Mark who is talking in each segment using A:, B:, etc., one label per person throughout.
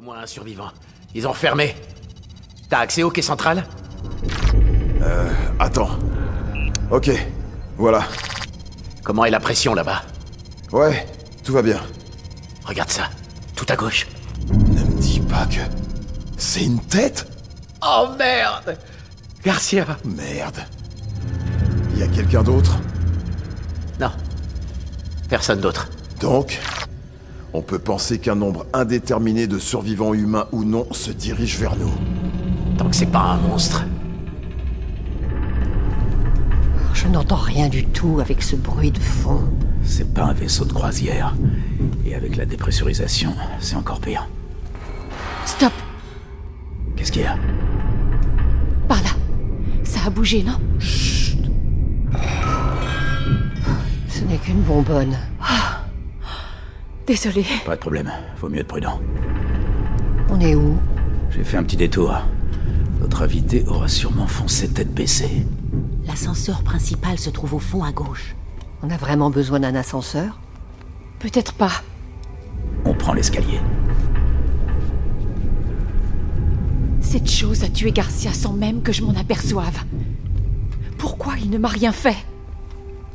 A: moins un survivant. Ils ont fermé. T'as accès au quai central
B: Attends. Ok, voilà.
A: Comment est la pression là-bas
B: Ouais, tout va bien.
A: Regarde ça. Tout à gauche.
B: Ne me dis pas que. C'est une tête
A: Oh merde Garcia
B: Merde. Il y a quelqu'un d'autre
A: Non. Personne d'autre.
B: Donc, on peut penser qu'un nombre indéterminé de survivants humains ou non se dirige vers nous.
A: Tant que c'est pas un monstre.
C: Je n'entends rien du tout avec ce bruit de fond.
D: C'est pas un vaisseau de croisière. Et avec la dépressurisation, c'est encore pire.
E: Stop
D: Qu'est-ce qu'il y a
E: Par là. Ça a bougé, non
C: Ce n'est qu'une bonbonne.
E: Désolée.
D: Pas de problème, faut mieux être prudent.
C: On est où
D: J'ai fait un petit détour. Notre invité aura sûrement foncé tête baissée.
F: L'ascenseur principal se trouve au fond à gauche.
C: On a vraiment besoin d'un ascenseur
E: Peut-être pas.
D: On prend l'escalier.
E: Cette chose a tué Garcia sans même que je m'en aperçoive. Pourquoi il ne m'a rien fait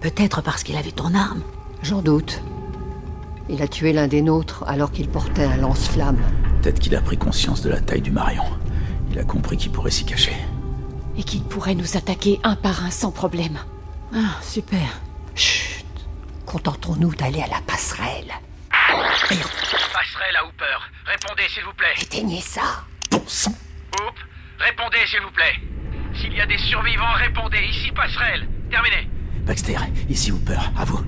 F: Peut-être parce qu'il avait ton arme.
C: J'en doute. Il a tué l'un des nôtres alors qu'il portait un lance-flamme.
D: Peut-être qu'il a pris conscience de la taille du Marion. Il a compris qu'il pourrait s'y cacher.
E: Et qu'il pourrait nous attaquer un par un sans problème.
F: Ah, super.
C: Chut Contentons-nous d'aller à la passerelle.
G: Passerelle à Hooper. Répondez, s'il vous plaît.
C: Éteignez ça
D: Bon sang
G: Hoop, répondez, s'il vous plaît. S'il y a des survivants, répondez. Ici, passerelle. Terminé.
D: Baxter, ici Hooper, à vous.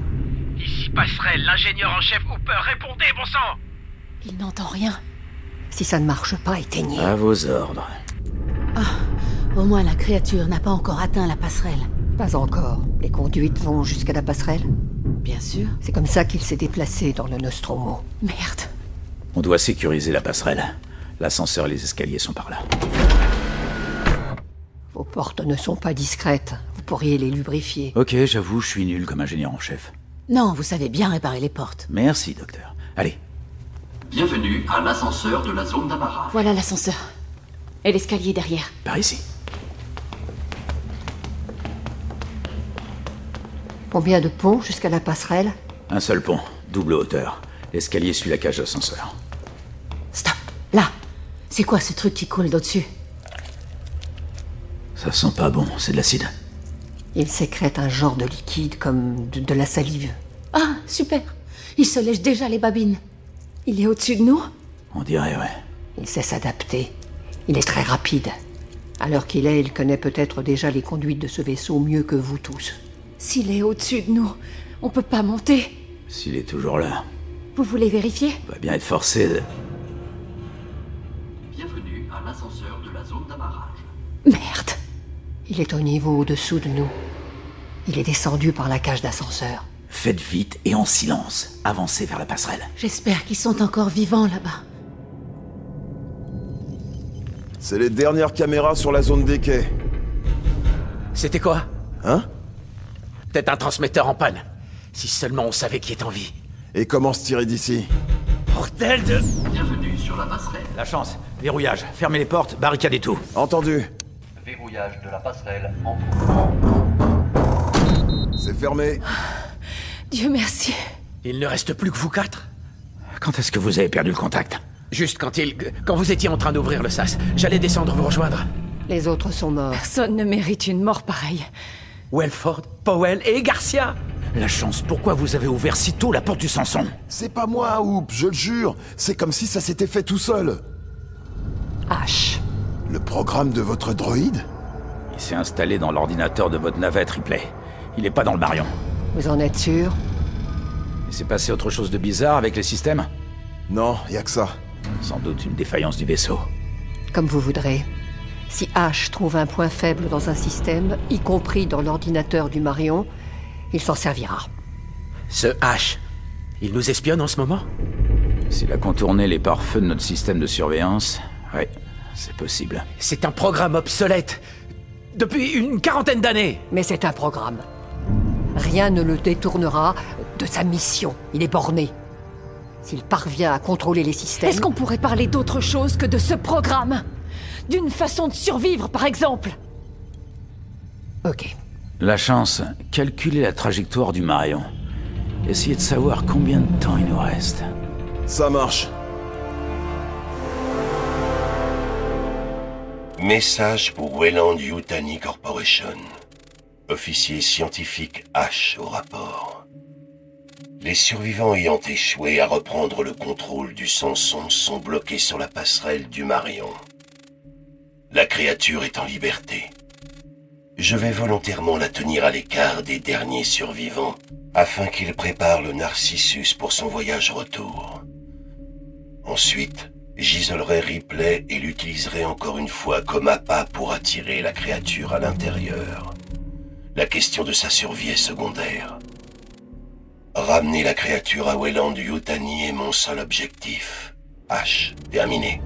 G: Ici, passerelle. L'ingénieur en chef Hooper, répondez, bon sang.
E: Il n'entend rien.
C: Si ça ne marche pas, éteignez.
D: À vos ordres.
F: Au moins, la créature n'a pas encore atteint la passerelle.
C: Pas encore. Les conduites vont jusqu'à la passerelle.
F: Bien sûr.
C: C'est comme ça qu'il s'est déplacé dans le Nostromo.
E: Merde.
D: On doit sécuriser la passerelle. L'ascenseur et les escaliers sont par là.
C: Vos portes ne sont pas discrètes. Vous pourriez les lubrifier.
D: Ok, j'avoue, je suis nul comme ingénieur en chef.
F: Non, vous savez bien réparer les portes.
D: Merci, docteur. Allez,
H: Bienvenue à l'ascenseur de la zone d'Amara.
E: Voilà l'ascenseur. Et l'escalier derrière.
D: par ici.
C: Combien de ponts jusqu'à la passerelle
D: Un seul pont, double hauteur. L'escalier suit la cage d'ascenseur.
F: Stop. Là. C'est quoi ce truc qui coule d'au-dessus
D: Ça sent pas bon, c'est de l'acide.
C: Il sécrète un genre de liquide comme de, de la salive.
F: Ah, super. Il se lèche déjà les babines.
E: Il est au-dessus de nous
D: On dirait, ouais.
C: Il sait s'adapter. Il est très rapide. À l'heure qu'il est, il connaît peut-être déjà les conduites de ce vaisseau mieux que vous tous.
E: S'il est au-dessus de nous, on peut pas monter.
D: S'il est toujours là,
E: Vous voulez vérifier
D: on va bien être forcé de...
H: Bienvenue à l'ascenseur de la zone d'amarrage.
E: Merde.
C: Il est au niveau au-dessous de nous. Il est descendu par la cage d'ascenseur.
D: Faites vite et en silence. Avancez vers la passerelle.
F: J'espère qu'ils sont encore vivants là-bas.
B: C'est les dernières caméras sur la zone des quais.
A: C'était quoi
B: Hein
A: Peut-être un transmetteur en panne. Si seulement on savait qui est en vie.
B: Et comment se tirer d'ici
A: Bordel de...
H: Bienvenue sur la passerelle.
D: La chance, verrouillage, fermez les portes, barricadez tout.
B: Entendu.
H: Verrouillage de la passerelle en cours.
B: C'est fermé.
E: Dieu merci.
A: Il ne reste plus que vous quatre
D: Quand est-ce que vous avez perdu le contact
A: Juste quand il... Quand vous étiez en train d'ouvrir le sas, j'allais descendre vous rejoindre.
C: Les autres sont morts.
E: Personne ne mérite une mort pareille.
A: Welford, Powell et Garcia
D: La chance, pourquoi vous avez ouvert si tôt la porte du Sanson
B: C'est pas moi, Oup, je le jure. C'est comme si ça s'était fait tout seul.
C: H.
B: Le programme de votre droïde
D: Il s'est installé dans l'ordinateur de votre navette, Ripley. Il est pas dans le Marion.
C: Vous en êtes sûr
D: Il s'est passé autre chose de bizarre avec les systèmes
B: Non, y a que ça.
D: Sans doute une défaillance du vaisseau.
C: Comme vous voudrez. Si H trouve un point faible dans un système, y compris dans l'ordinateur du Marion, il s'en servira.
A: Ce H, il nous espionne en ce moment
D: S'il a contourné les pare-feux de notre système de surveillance, ouais, c'est possible.
A: C'est un programme obsolète depuis une quarantaine d'années.
C: Mais c'est un programme. Rien ne le détournera de sa mission. Il est borné. S'il parvient à contrôler les systèmes...
E: Est-ce qu'on pourrait parler d'autre chose que de ce programme D'une façon de survivre, par exemple
C: Ok.
D: La chance, calculer la trajectoire du Marion. Essayez de savoir combien de temps il nous reste.
B: Ça marche.
I: Message pour Wayland Yutani Corporation. Officier scientifique H au rapport. Les survivants ayant échoué à reprendre le contrôle du Sanson sont bloqués sur la passerelle du Marion. La créature est en liberté. Je vais volontairement la tenir à l'écart des derniers survivants afin qu'il prépare le Narcissus pour son voyage retour. Ensuite, J'isolerai Ripley et l'utiliserai encore une fois comme appât pour attirer la créature à l'intérieur. La question de sa survie est secondaire. Ramener la créature à Wayland Yutani est mon seul objectif. H. Terminé.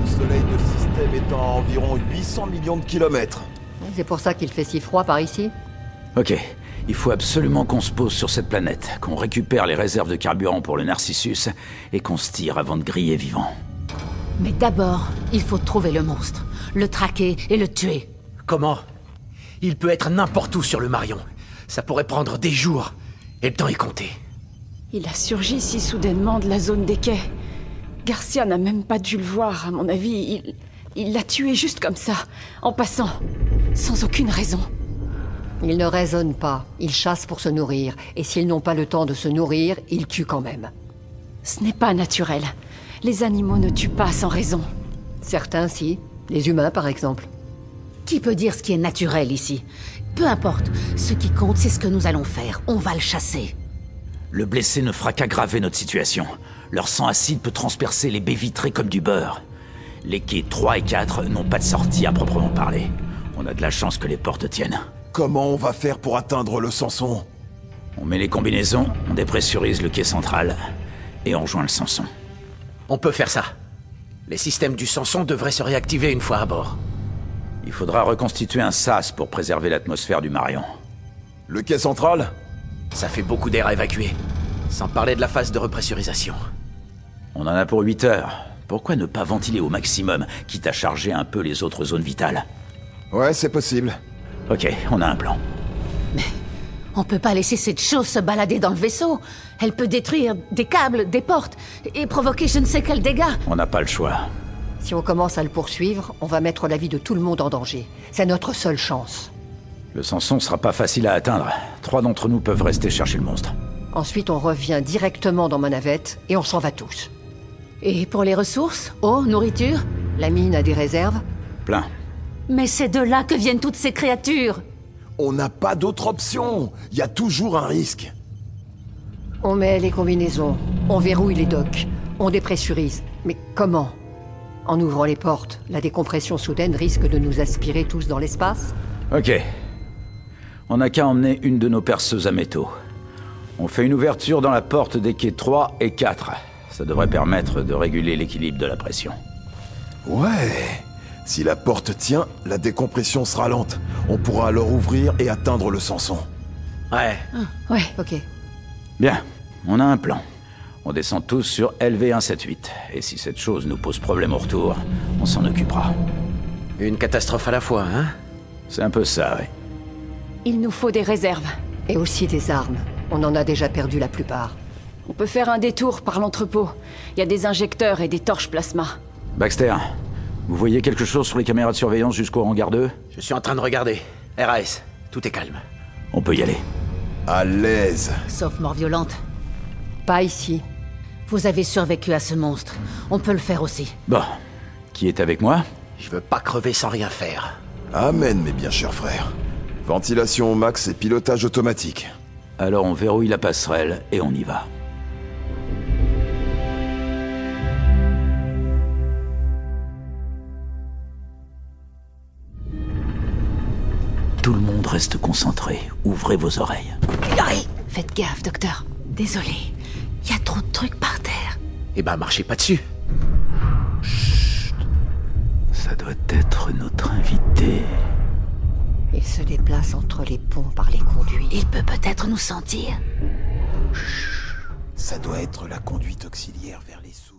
B: Le soleil de système est à environ 800 millions de kilomètres.
C: C'est pour ça qu'il fait si froid par ici
D: Ok, il faut absolument qu'on se pose sur cette planète, qu'on récupère les réserves de carburant pour le Narcissus et qu'on se tire avant de griller vivant.
F: Mais d'abord, il faut trouver le monstre, le traquer et le tuer.
A: Comment Il peut être n'importe où sur le Marion. Ça pourrait prendre des jours. Et le temps est compté.
E: Il a surgi si soudainement de la zone des quais. Garcia n'a même pas dû le voir, à mon avis. Il, il l'a tué juste comme ça, en passant, sans aucune raison.
C: Ils ne raisonnent pas, ils chassent pour se nourrir, et s'ils n'ont pas le temps de se nourrir, ils tuent quand même.
E: Ce n'est pas naturel. Les animaux ne tuent pas sans raison.
C: Certains, si. Les humains, par exemple.
F: Qui peut dire ce qui est naturel ici Peu importe, ce qui compte, c'est ce que nous allons faire. On va le chasser.
D: Le blessé ne fera qu'aggraver notre situation. Leur sang acide peut transpercer les baies vitrées comme du beurre. Les quais 3 et 4 n'ont pas de sortie à proprement parler. On a de la chance que les portes tiennent.
B: Comment on va faire pour atteindre le Sanson
D: On met les combinaisons, on dépressurise le quai central et on rejoint le Sanson.
A: On peut faire ça. Les systèmes du Sanson devraient se réactiver une fois à bord.
D: Il faudra reconstituer un sas pour préserver l'atmosphère du Marion.
B: Le quai central
A: Ça fait beaucoup d'air à évacuer. Sans parler de la phase de repressurisation.
D: On en a pour 8 heures. Pourquoi ne pas ventiler au maximum, quitte à charger un peu les autres zones vitales
B: Ouais, c'est possible.
D: Ok, on a un plan.
F: On peut pas laisser cette chose se balader dans le vaisseau. Elle peut détruire des câbles, des portes, et provoquer je ne sais quel dégât.
D: On n'a pas le choix.
C: Si on commence à le poursuivre, on va mettre la vie de tout le monde en danger. C'est notre seule chance.
D: Le Sanson sera pas facile à atteindre. Trois d'entre nous peuvent rester chercher le monstre.
C: Ensuite, on revient directement dans ma navette et on s'en va tous.
F: Et pour les ressources Eau, nourriture
C: La mine a des réserves
D: Plein.
F: Mais c'est de là que viennent toutes ces créatures.
B: On n'a pas d'autre option. Il y a toujours un risque.
C: On met les combinaisons, on verrouille les docks, on dépressurise. Mais comment En ouvrant les portes, la décompression soudaine risque de nous aspirer tous dans l'espace
D: Ok. On n'a qu'à emmener une de nos perceuses à métaux. On fait une ouverture dans la porte des quais 3 et 4. Ça devrait permettre de réguler l'équilibre de la pression.
B: Ouais. Si la porte tient, la décompression sera lente. On pourra alors ouvrir et atteindre le Sanson.
A: Ouais,
E: Ouais,
C: Ok.
D: Bien, on a un plan. On descend tous sur LV178. Et si cette chose nous pose problème au retour, on s'en occupera.
A: une catastrophe à la fois, hein
D: C'est un peu ça, oui.
E: il nous faut des réserves.
C: Et aussi des armes. On en a déjà perdu la plupart.
E: On peut faire un détour par l'entrepôt. Il y a des injecteurs et des torches plasma.
D: Baxter, vous voyez quelque chose sur les caméras de surveillance jusqu'au hangar 2
A: Je suis en train de regarder. RAS, tout est calme.
D: On peut y aller.
B: À l'aise.
F: Sauf mort violente.
C: Pas ici.
F: Vous avez survécu à ce monstre. On peut le faire aussi.
D: Bon, qui est avec moi
A: Je veux pas crever sans rien faire.
B: Amen, mes bien chers frères. Ventilation au max et pilotage automatique.
D: Alors on verrouille la passerelle et on y va. Tout le monde reste concentré. Ouvrez vos oreilles.
E: Faites gaffe, docteur.
F: Désolé, il y a trop de trucs par terre.
A: Eh ben, marchez pas dessus.
D: Ça doit être notre invité.
C: Il se déplace entre les ponts par les conduits.
F: Il peut peut-être nous sentir.
B: Ça doit être la conduite auxiliaire vers les sous.